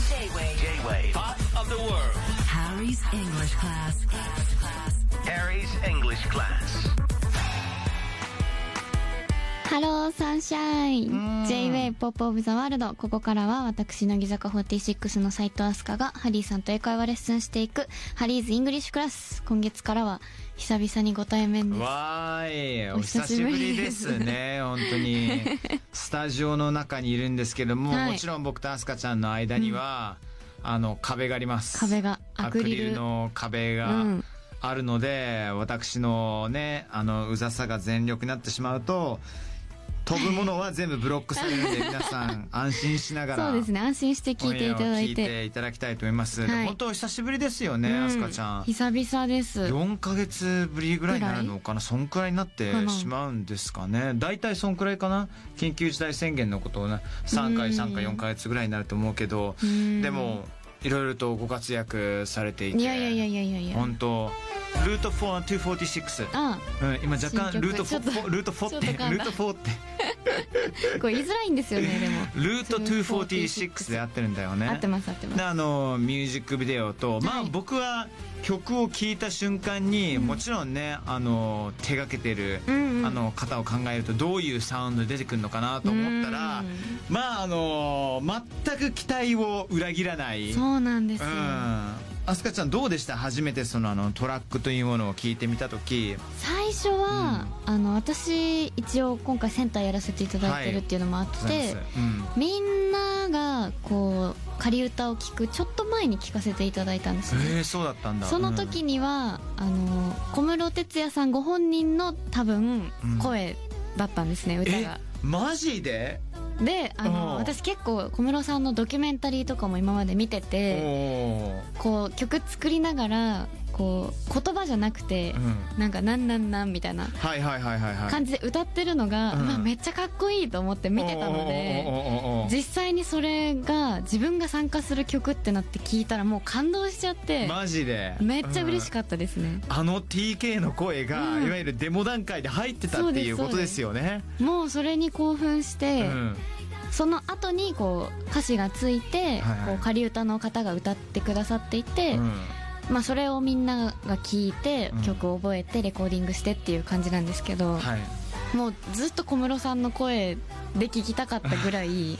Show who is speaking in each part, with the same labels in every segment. Speaker 1: J-Wave. Pop of the world.
Speaker 2: Harry's English class.
Speaker 1: Harry's English class.
Speaker 3: Hello, Sunshine! J-Way Pop of the World ここからは私、乃木坂46の斉藤飛鳥がハリーさんと英会話レッスンしていくハリーズ・イングリッシュクラス今月からは久々にご対面です。
Speaker 4: わーいお
Speaker 3: お
Speaker 4: 久
Speaker 3: 久
Speaker 4: し
Speaker 3: し
Speaker 4: ぶ
Speaker 3: ぶ
Speaker 4: り
Speaker 3: り
Speaker 4: で
Speaker 3: ですす
Speaker 4: ね本当にスタジオの中にいるんですけども、
Speaker 3: はい
Speaker 4: もちろん僕とアスカちゃんの間には、あの壁があります
Speaker 3: 壁がアクリル
Speaker 4: の壁が、
Speaker 3: うん
Speaker 4: あるので私のねあのうざさが全力になってしまうと飛ぶものは全部ブロックされる んで皆さん安心しながら
Speaker 3: そうですね、安心して聞いていただ
Speaker 4: オンエアを聞い
Speaker 3: いて。
Speaker 4: ていただきたいと思います、でも
Speaker 3: はい
Speaker 4: 本当お久しぶりですよね、
Speaker 3: う
Speaker 4: アスカちゃん
Speaker 3: 久々です。
Speaker 4: 4ヶ月ぶりぐらいになるのかなそんくらいになってしまうんですかね大体そんくらいかな緊急事態宣言のことをね3回
Speaker 3: うん
Speaker 4: 3回4ヶ月ぐらいになると思うけど
Speaker 3: うん
Speaker 4: でもいろいろとご活躍されていて
Speaker 3: いやいやいやいやいやいや。
Speaker 4: 本当ルート4246
Speaker 3: あ
Speaker 4: うん、今若
Speaker 3: 新
Speaker 4: 干
Speaker 3: 曲
Speaker 4: ルート
Speaker 3: ちょっと
Speaker 4: 4ルート4って
Speaker 3: ちょっと噛ん
Speaker 4: ル
Speaker 3: だ
Speaker 4: ート4って
Speaker 3: あ、これ言いづらいんですよね、でも。
Speaker 4: ルート246で合ってるんだよね
Speaker 3: 合ってます合ってます
Speaker 4: であのミュージックビデオと、まあ
Speaker 3: はい
Speaker 4: 僕は曲を聴いた瞬間に、もちろんねあの手がけてる、
Speaker 3: うんうん
Speaker 4: あの方を考えるとどういうサウンドで出てくるのかなと思ったら、
Speaker 3: うん
Speaker 4: まああの全く期待を裏切らない
Speaker 3: そうなんです
Speaker 4: う
Speaker 3: よ。
Speaker 4: んアスカちゃんどうでした初めてそのあのトラックというものを聞いてみた時
Speaker 3: 最初は、あの私一応今回センターやらせていただいてるっていうのもあって、
Speaker 4: うん
Speaker 3: みんながこう仮歌を聞くちょっと前に聞かせていただいたんですね、
Speaker 4: えー、そうだったんだ
Speaker 3: その時には、あの小室哲哉さんご本人の多分
Speaker 4: うん
Speaker 3: 声だったんですね、歌
Speaker 4: え
Speaker 3: が
Speaker 4: マジで
Speaker 3: であ
Speaker 4: お
Speaker 3: の
Speaker 4: う
Speaker 3: 私結構小室さんのドキュメンタリーとかも今まで見て
Speaker 4: お
Speaker 3: て
Speaker 4: ー
Speaker 3: こう曲作りながらこう言葉じゃなくて、
Speaker 4: うん
Speaker 3: なんか「なんなんなん」みたいな
Speaker 4: はいはいはいはいはい
Speaker 3: 感じで歌ってるのが、
Speaker 4: うん
Speaker 3: うわめっちゃかっこいいと思って見てたの
Speaker 4: おー
Speaker 3: で
Speaker 4: おーおーおーおー
Speaker 3: 実際にそれが自分が参加する曲ってなって聞いたらもう感動しちゃって
Speaker 4: マジで
Speaker 3: めっちゃ嬉し
Speaker 4: っ
Speaker 3: かったですね、
Speaker 4: た、あの TK の声が、
Speaker 3: うん
Speaker 4: いわゆるデモ段階で入ってたっていう
Speaker 3: そ
Speaker 4: こ
Speaker 3: うです
Speaker 4: とですよね
Speaker 3: もうそれに興奮して、
Speaker 4: うん
Speaker 3: その後にこう歌詞がついて、
Speaker 4: はいはい
Speaker 3: こう仮歌の方が歌ってくださっていて、
Speaker 4: うん
Speaker 3: まあ、それをみんなが聞いて
Speaker 4: うん
Speaker 3: 曲を覚えてレコーディングしてっていう感じなんですけど、
Speaker 4: はい
Speaker 3: もうずっと小室さんの声で聞きたかったぐら い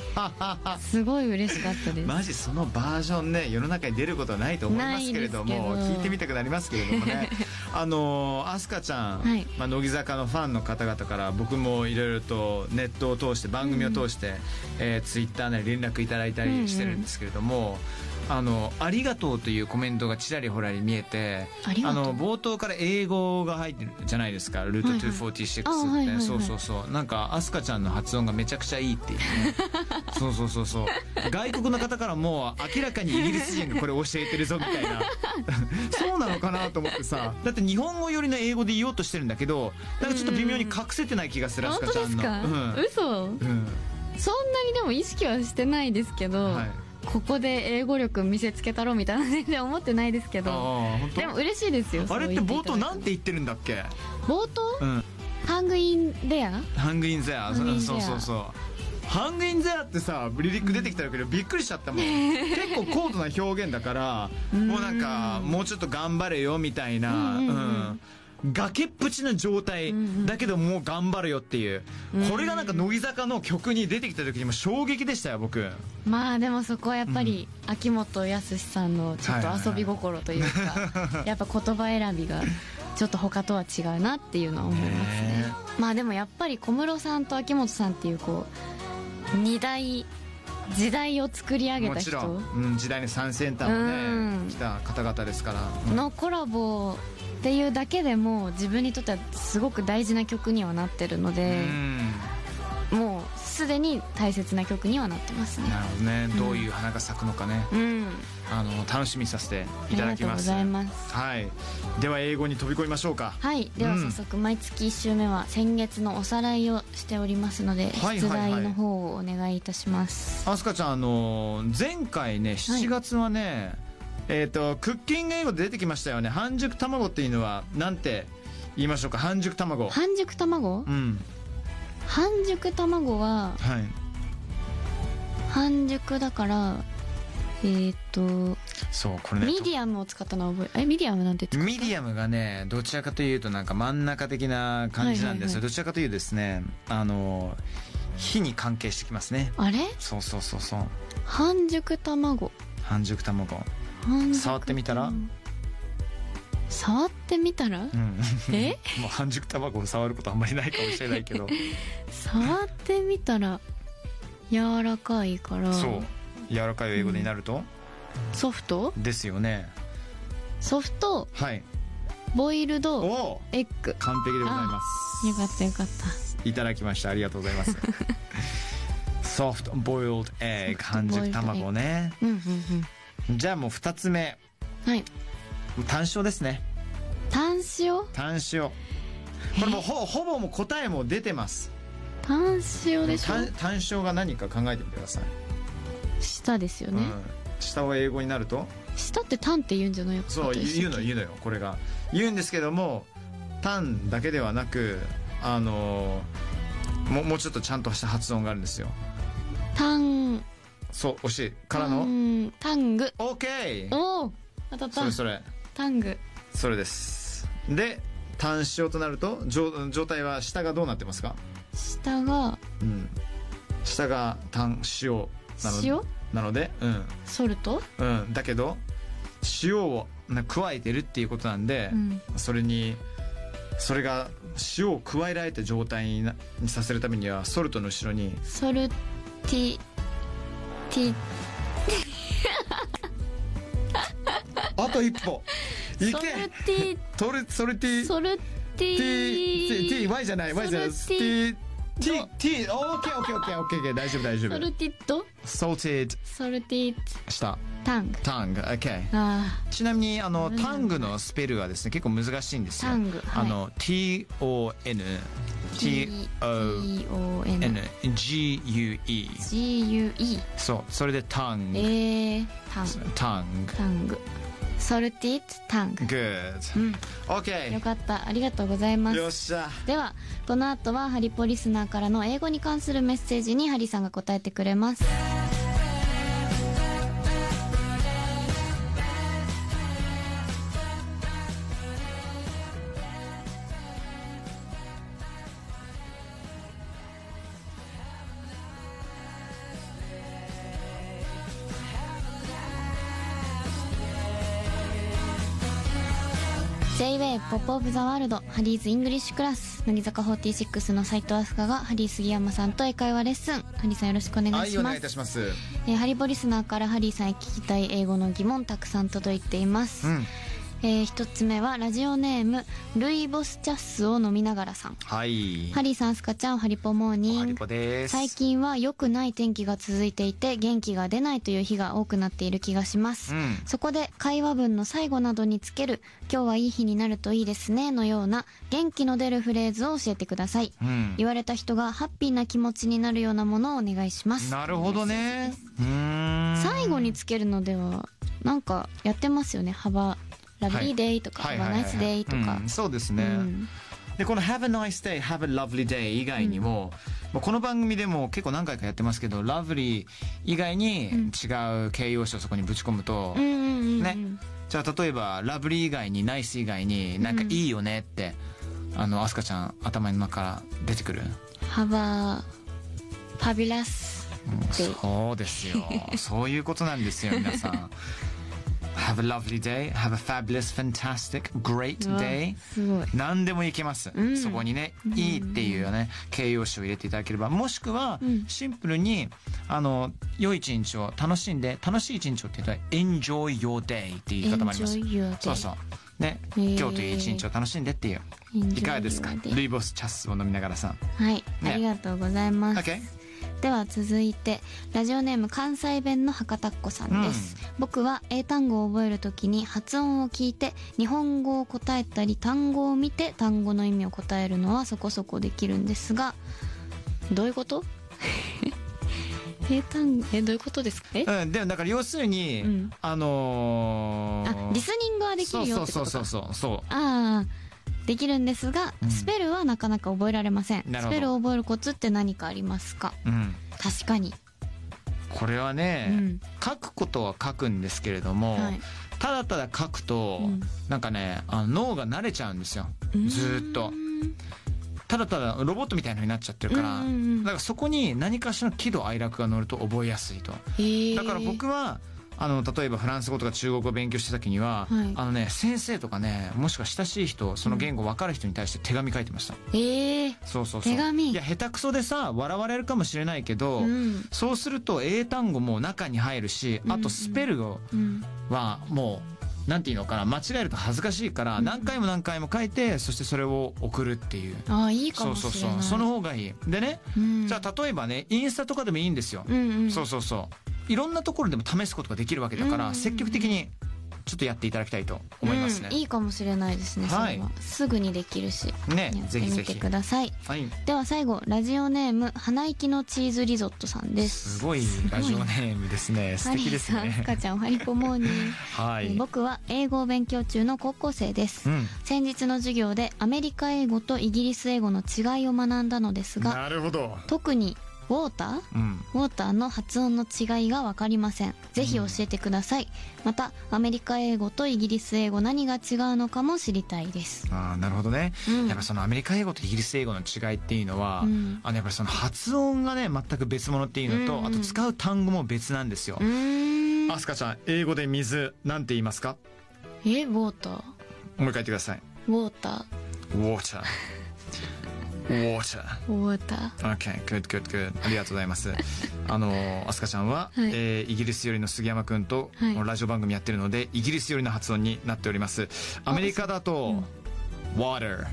Speaker 3: すごい嬉しかったです
Speaker 4: マジそのバージョンね世の中に出ることはないと思いますけれども
Speaker 3: ないですけど
Speaker 4: 聞いてみたくなりますけれど もねあのー、アスカちゃん、
Speaker 3: はい
Speaker 4: まあ、乃木坂のファンの方々から僕もいろいろとネットを通して番組を通して、えー、ツイッターなり連絡いただいたりしてるんですけれども、あの「ありがとう」というコメントがちらりほらり見えて
Speaker 3: ありがとう
Speaker 4: の冒頭から英語が入ってるじゃないですか「ルート
Speaker 3: はいはい
Speaker 4: 246」って、
Speaker 3: あはいはいはい
Speaker 4: そうそうそうなんかアスカちゃんの発音がめちゃくちゃいいっていうね そうそうそうそう外国の方からも明らかにイギリス人がこれ教えてるぞみた いなそうなのかなと思ってさだって日本語寄りの英語で言おうとしてるんだけどなんかちょっと微妙に隠せてない気がするアス
Speaker 3: 本当
Speaker 4: カちゃ
Speaker 3: で
Speaker 4: ん
Speaker 3: す
Speaker 4: の
Speaker 3: か、
Speaker 4: うん
Speaker 3: 嘘
Speaker 4: うん
Speaker 3: そんなにでも意識はしてないですけど、
Speaker 4: はい
Speaker 3: ここで英語力見せつけたろみたいな全然思ってないですけ
Speaker 4: あ
Speaker 3: ど
Speaker 4: あ本
Speaker 3: でも嬉しいですよ
Speaker 4: 当あれって冒頭なん
Speaker 3: て
Speaker 4: て言ってるんだっけ
Speaker 3: 冒頭、
Speaker 4: うん
Speaker 3: ハングインレア
Speaker 4: ハングインゼア
Speaker 3: ハングインゼ
Speaker 4: そ
Speaker 3: ア
Speaker 4: うそうそうハングインゼアってさリリック出てきたけどびっくりしちゃっ たもん結構高度な表現だから
Speaker 3: ん
Speaker 4: もうなんかもうちょっと頑張れよみたいな
Speaker 3: うんうんうん
Speaker 4: うん崖っぷちな状態だけどもう頑張るよっていうこれがなんか乃木坂の曲に出てきた時にも衝撃でしたよ僕
Speaker 3: まあでもそこはやっぱり、秋元康さんのちょっと遊び心というか、やっぱ言葉選びがちょっと他とは違うなっていうのは思いますね
Speaker 4: ね
Speaker 3: まあでもやっぱり小室さんと秋元さんっていうこう二大時代を作り上げ
Speaker 4: も
Speaker 3: た
Speaker 4: ちろん
Speaker 3: 人
Speaker 4: うん時代に3センターも
Speaker 3: うん
Speaker 4: ね来た方々ですから
Speaker 3: のコラボっていうだけでも自分にとってはすごく大事な曲にはなってるの
Speaker 4: う
Speaker 3: で、
Speaker 4: ん
Speaker 3: もうすでに大切な曲にはなってますね
Speaker 4: なるほどねどういう花が咲くのかね
Speaker 3: うん
Speaker 4: あの楽しみにさせて
Speaker 3: あ
Speaker 4: い
Speaker 3: り
Speaker 4: ただ
Speaker 3: が
Speaker 4: き
Speaker 3: とう
Speaker 4: ま
Speaker 3: ご
Speaker 4: す
Speaker 3: ざいます
Speaker 4: はいでは英語に飛び込みましょうか
Speaker 3: はいでは早速毎月1週目は先月のおさらいをしておりますので、
Speaker 4: はい
Speaker 3: 出
Speaker 4: はいはい
Speaker 3: 題の方をお願いいたします
Speaker 4: アスカちゃんあの前回ね7月はね、えっ、とクッキング英語で出てきましたよね半熟卵っていうのはなんて言いましょうか半熟卵
Speaker 3: 半熟卵
Speaker 4: うん
Speaker 3: 半熟卵は
Speaker 4: はい
Speaker 3: 半熟だからえーっと
Speaker 4: そうこれね
Speaker 3: ミディアムを使ったのは覚ええミディアムなんて使った
Speaker 4: ミディアムがねどちらかというとなんか真ん中的な感じなん
Speaker 3: はいは
Speaker 4: ですよ、
Speaker 3: いはい
Speaker 4: どちらかというとですねあの火に関係してきますね
Speaker 3: あれ
Speaker 4: そうそうそうそう
Speaker 3: 半熟卵
Speaker 4: 半熟卵
Speaker 3: 半熟卵
Speaker 4: 触ってみたら
Speaker 3: 触ってみたら
Speaker 4: うん
Speaker 3: え
Speaker 4: もう半熟卵を触ることあんまりないかもしれないけど
Speaker 3: 触ってみたら柔らかいから
Speaker 4: そう柔らかい英語になると、
Speaker 3: ソフト
Speaker 4: ですよね
Speaker 3: ソフト
Speaker 4: はい
Speaker 3: ボイル
Speaker 4: お
Speaker 3: ド
Speaker 4: お
Speaker 3: エッグ
Speaker 4: 完璧でございます
Speaker 3: よかったよかった
Speaker 4: いただきましたありがとうございます ソフトボイルドエッ
Speaker 3: Soft
Speaker 4: グ
Speaker 3: boiled
Speaker 4: 半熟卵ね
Speaker 3: うんうんうん
Speaker 4: じゃあもう2つ目
Speaker 3: はい
Speaker 4: 単勝ですね
Speaker 3: 単塩
Speaker 4: 単勝これもうほほぼもう答えも出てます
Speaker 3: 単塩でしょ
Speaker 4: 単単勝が何か考えてみてください、
Speaker 3: 舌ですよ
Speaker 4: う
Speaker 3: ね、
Speaker 4: ん、下は英語になると
Speaker 3: 舌って単って言うんじゃないか
Speaker 4: そう言うの
Speaker 3: う
Speaker 4: 言うのよこれが言うんですけども単だけではなくあのーももうちょっとちゃんとした発音があるんですよ
Speaker 3: 単
Speaker 4: そう惜しいからの
Speaker 3: 単タング
Speaker 4: OK
Speaker 3: おお当たっ
Speaker 4: そ
Speaker 3: た
Speaker 4: れそれ
Speaker 3: タング
Speaker 4: それですで単勝となると状状態は下がどうなってますか
Speaker 3: 舌が
Speaker 4: うん下が単塩なので
Speaker 3: 塩
Speaker 4: なのでうん
Speaker 3: ソルト
Speaker 4: うん、だけど塩をな加えてるっていうことなんで、
Speaker 3: うん
Speaker 4: それにそれが塩を加えられた状態になにさせるためにはソルトの後ろに
Speaker 3: ソルティティ
Speaker 4: あと一 歩い
Speaker 3: ソル
Speaker 4: け
Speaker 3: テ
Speaker 4: トルソルテ
Speaker 3: ィ
Speaker 4: ィ
Speaker 3: ソルティ
Speaker 4: TY じゃない Y じゃない T
Speaker 3: ソルティ
Speaker 4: T T オーケーオーケーオーケーオーケーオーケー大丈夫大丈
Speaker 3: ソル
Speaker 4: 夫
Speaker 3: ティッド
Speaker 4: ソルティ
Speaker 3: ソルティッ
Speaker 4: した
Speaker 3: タング
Speaker 4: タング OK
Speaker 3: あ
Speaker 4: ちなみにあの、
Speaker 3: うん
Speaker 4: タングのスペルはですね結構難しいんですよ
Speaker 3: タングはい
Speaker 4: あの TONTONGUE
Speaker 3: T O N G U E
Speaker 4: そうそれでタン
Speaker 3: えー
Speaker 4: グ
Speaker 3: タング
Speaker 4: タン
Speaker 3: タングソルティッタング
Speaker 4: グ Good
Speaker 3: よ
Speaker 4: OK
Speaker 3: かったありがとうございます
Speaker 4: よっしゃ
Speaker 3: ではこの後はハリポリスナーからの英語に関するメッセージにハリさんが答えてくれます「JWAY ポップオブザワールドハリーズイングリッシュクラス」乃木坂46の斉藤飛鳥がハリー杉山さんと英会話レッスンハリーさんよろしくお願
Speaker 4: はいい
Speaker 3: し
Speaker 4: お
Speaker 3: ま
Speaker 4: 願
Speaker 3: す
Speaker 4: いいたします
Speaker 3: えーハリポリスナーからハリーさんへ聞きたい英語の疑問たくさん届いています、
Speaker 4: うん
Speaker 3: えー一つ目はラジオネームルイボスチャスを飲みながらさん
Speaker 4: はい
Speaker 3: ハリーさんスカちゃんハリポモーニング
Speaker 4: ハリポです
Speaker 3: 最近は良くない天気が続いていて元気が出ないという日が多くなっている気がします、
Speaker 4: うん
Speaker 3: そこで会話文の最後などにつける「今日はいい日になるといいですね」のような元気の出るフレーズを教えてください、
Speaker 4: うん
Speaker 3: 言われた人がハッピーな気持ちになるようなものをお願いします
Speaker 4: なるほどねうーん
Speaker 3: 最後につけるのではなんかやってますよね「幅ラブリーデイ」とか「
Speaker 4: はい
Speaker 3: 幅
Speaker 4: はい
Speaker 3: ナ
Speaker 4: はい
Speaker 3: イスデイ」とか
Speaker 4: うん、そうです
Speaker 3: う
Speaker 4: ね、
Speaker 3: ん
Speaker 4: でこの「Have a nice day」「Have a lovely day」以外にも、まあこの番組でも結構何回かやってますけど「lovely」以外に違う形容詞をそこにぶち込むと、
Speaker 3: うんうんうんうん
Speaker 4: ねじゃあ例えば「lovely」以外に「nice」以外に「なんかいいよね」って、あの飛鳥ちゃん頭の中から出てくる、
Speaker 3: 幅ファビュラスデイ
Speaker 4: そうです よそういうことなんですよ皆さん Have a lovely day Have a fabulous fantastic great
Speaker 3: うわ
Speaker 4: day
Speaker 3: すごい
Speaker 4: 何でもいけます、
Speaker 3: ん
Speaker 4: そこにね「いい」っていうね形容詞を入れていただければもしくは
Speaker 3: ん
Speaker 4: シンプルにあの良い一日を楽しんで楽しい一日をって言ったら「enjoy your day」っていう言い方もあります
Speaker 3: Enjoy your day
Speaker 4: そうそうね、
Speaker 3: へー
Speaker 4: 今日という一日を楽しんでっていう
Speaker 3: Enjoy
Speaker 4: いかがですか
Speaker 3: your day
Speaker 4: ルイボスチャスを飲みながらさん
Speaker 3: はい、
Speaker 4: ね
Speaker 3: ありがとうございます、
Speaker 4: OK?
Speaker 3: では続いてラジオネーム関西弁の博多っ子さんです、僕は英単語を覚えるときに発音を聞いて日本語を答えたり単語を見て単語の意味を答えるのはそこそこできるんですがどういうこと 英単語えどういうことですかえあ
Speaker 4: うんでもだから要するに、
Speaker 3: うん
Speaker 4: あのー、
Speaker 3: リスニングはできるよってことか
Speaker 4: そうそうそうそうそう
Speaker 3: ああできるんですが、
Speaker 4: うん
Speaker 3: スペルはなかなか覚えられません
Speaker 4: なる
Speaker 3: ス
Speaker 4: ほど
Speaker 3: ペルを覚えるコツって何かありますか
Speaker 4: うん
Speaker 3: 確かに
Speaker 5: これはね、
Speaker 3: うん
Speaker 5: 書くことは書くんですけれども、
Speaker 3: はい
Speaker 5: ただただ書くと、
Speaker 3: うん
Speaker 5: なんかねあの脳が慣れちゃうんですよ
Speaker 3: うん
Speaker 5: ずーっとただただロボットみたいなのになっちゃってるから、
Speaker 3: うんうんうん
Speaker 5: だからそこに何かしらの喜怒哀楽が乗ると覚えやすいと
Speaker 3: へー
Speaker 5: だから僕はあの例えばフランス語とか中国語を勉強してた時には、
Speaker 3: はい
Speaker 5: あのね先生とかねもしくは親しい人その言語分かる人に対して手紙書いてました、
Speaker 3: ええ
Speaker 5: そうそうそう
Speaker 3: 手紙
Speaker 5: いや下手くそでさ笑われるかもしれないけど、
Speaker 3: うん
Speaker 5: そうすると英単語も中に入るしあ
Speaker 3: うんう
Speaker 5: と
Speaker 3: ん
Speaker 5: スペル
Speaker 3: うん
Speaker 5: はもうなんていうのかな間違えると恥ずかしいから
Speaker 3: うん
Speaker 5: 何回も何回も書いてそしてそれを送るっていう
Speaker 3: ああいいか
Speaker 5: そう
Speaker 3: も
Speaker 5: そう
Speaker 3: し
Speaker 5: そ
Speaker 3: れないう
Speaker 5: その方がいいでね
Speaker 3: うん
Speaker 5: じゃあ例えばねインスタとかでもいいんですよ
Speaker 3: うんうん
Speaker 5: そうそうそういろんなところでも試すことができるわけだか
Speaker 3: うん
Speaker 5: ら積極的にちょっとやっていただきたいと思いますね
Speaker 3: うんいいかもしれないですねそれは、
Speaker 5: はい
Speaker 3: すぐにできるし
Speaker 5: ね
Speaker 3: やっ
Speaker 5: ぜ
Speaker 3: て
Speaker 5: ひぜ
Speaker 3: みて
Speaker 5: ひ
Speaker 3: ください
Speaker 5: はい
Speaker 3: では最後ラジオネーム花息のチーズリゾットさんです
Speaker 5: すごいラジオネームですね素敵です
Speaker 3: ハリーさんふ
Speaker 5: ね
Speaker 3: かちゃんおはりこモーニー
Speaker 5: は
Speaker 3: えー
Speaker 5: い
Speaker 3: 僕は英語を勉強中の高校生です、
Speaker 5: うん
Speaker 3: 先日の授業でアメリカ英語とイギリス英語の違いを学んだのですが
Speaker 5: なるほど
Speaker 3: 特にウォーター
Speaker 5: うん
Speaker 3: ウォーターの発音の違いが分かりませんぜひ教えてください、またアメリカ英語とイギリス英語何が違うのかも知りたいです
Speaker 5: あーなるほどね、
Speaker 3: うん
Speaker 5: やっぱそのアメリカ英語とイギリス英語の違いっていうのは、
Speaker 3: うん
Speaker 5: あのやっぱりその発音がね全く別物っていうのと、
Speaker 3: うんうん
Speaker 5: あと使う単語も別なんですよ
Speaker 3: う、ーん
Speaker 5: あすかちゃん英語で水なんて言いますか
Speaker 3: えウォーター
Speaker 5: もう一回言ってください
Speaker 3: ウォータ
Speaker 5: water water
Speaker 3: ーウォーター
Speaker 5: Okay, good, good, good. ありがとうございます。あのー、アスカちゃんは、
Speaker 3: はい
Speaker 5: えーイギリス寄りの杉山くんと、
Speaker 3: はい
Speaker 5: ラジオ番組やってるので、イギリス寄りの発音になっております。アメリカだと、water,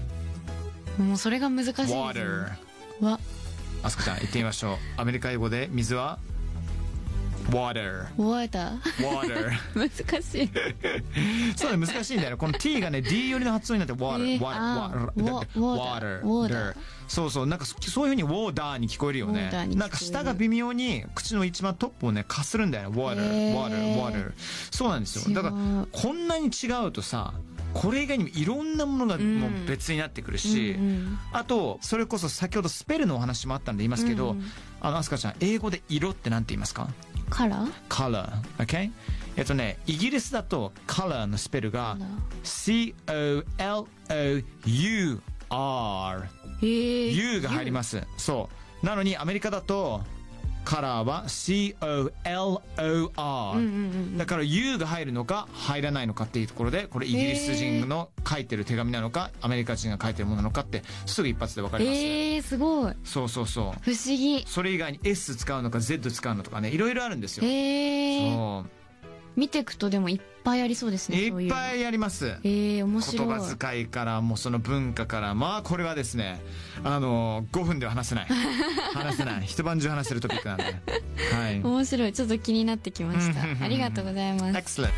Speaker 3: もうそれが難しいです、ね、
Speaker 5: water.
Speaker 3: わ
Speaker 5: あすかちゃん言ってみましょうアメリカ英語で水は water
Speaker 3: ウォ ータ
Speaker 5: water
Speaker 3: ー難しい
Speaker 5: そうだね難しいんだよねこの t がね d 寄りの発音になって water
Speaker 3: えー
Speaker 5: water
Speaker 3: あー
Speaker 5: water
Speaker 3: wa- water water
Speaker 5: water そうそうなんかそそういうふうに water に聞こえるよ
Speaker 3: water
Speaker 5: ね
Speaker 3: に聞こえる
Speaker 5: なんか舌が微妙に口の一番トップをねかするんだよね water
Speaker 3: へー
Speaker 5: water water そうなんです
Speaker 3: 違う
Speaker 5: よだからこんなに違うとさこれ以外にもいろんなものがもう別になってくるし、
Speaker 3: うんうん
Speaker 5: あとそれこそ先ほどスペルのお話もあったんで言いますけど、
Speaker 3: うん
Speaker 5: あのアスカちゃん英語で色ってなんて言いますか
Speaker 3: カラー
Speaker 5: color OK えっとねイギリスだと color のスペルが C-O-L-O-U-R
Speaker 3: え
Speaker 5: U が入りますそうなのにアメリカだとカラーは C-O-L-O-R、
Speaker 3: うんうんうん
Speaker 5: だから U が入るのか入らないのかっていうところでこれイギリス人の書いてる手紙なのかアメリカ人が書いてるものなのかってすぐ一発で分かります、
Speaker 3: えー、すごい
Speaker 5: そうそうそう
Speaker 3: 不思議
Speaker 5: それ以外に S 使うのか Z 使うのとかねいろいろあるんですよ、
Speaker 3: えー、
Speaker 5: そう
Speaker 3: 見ていくとでもいっぱいありそうですねそう
Speaker 5: い
Speaker 3: い
Speaker 5: っ
Speaker 3: うの
Speaker 5: ぱいやります
Speaker 3: えー、面白
Speaker 5: 言
Speaker 3: い
Speaker 5: 葉遣いからもうその文化からまあこれはですねあの5分では話せない話せない一晩中話せるトピック なんではい
Speaker 3: 面白いちょっと気になってきました
Speaker 5: うんうんうんうん
Speaker 3: ありがとうございます
Speaker 5: Excellent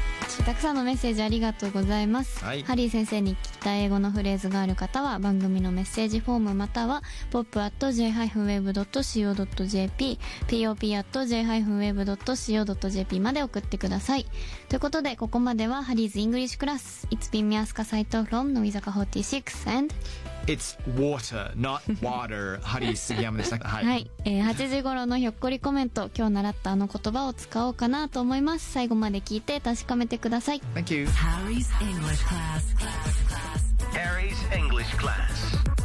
Speaker 3: たくさんのメッセージありがとうございます、
Speaker 5: はい
Speaker 3: ハリー先生に聞きたい英語のフレーズがある方は番組のメッセージフォームまたは pop.j-wave.co.jp pop.j-wave.co.jp まで送ってくださいということでここまではハリーズイングリッシュクラス It's been me アスカサイト from 乃木坂46 and
Speaker 5: It's water not water ハリー杉山でしたはい、
Speaker 3: はい、えー8時頃のひょっこりコメント今日習ったあの言葉を使おうかなと思います最後まで聞いて確かめてください
Speaker 5: Thank you
Speaker 6: Harry's English class.
Speaker 1: Harry's English class.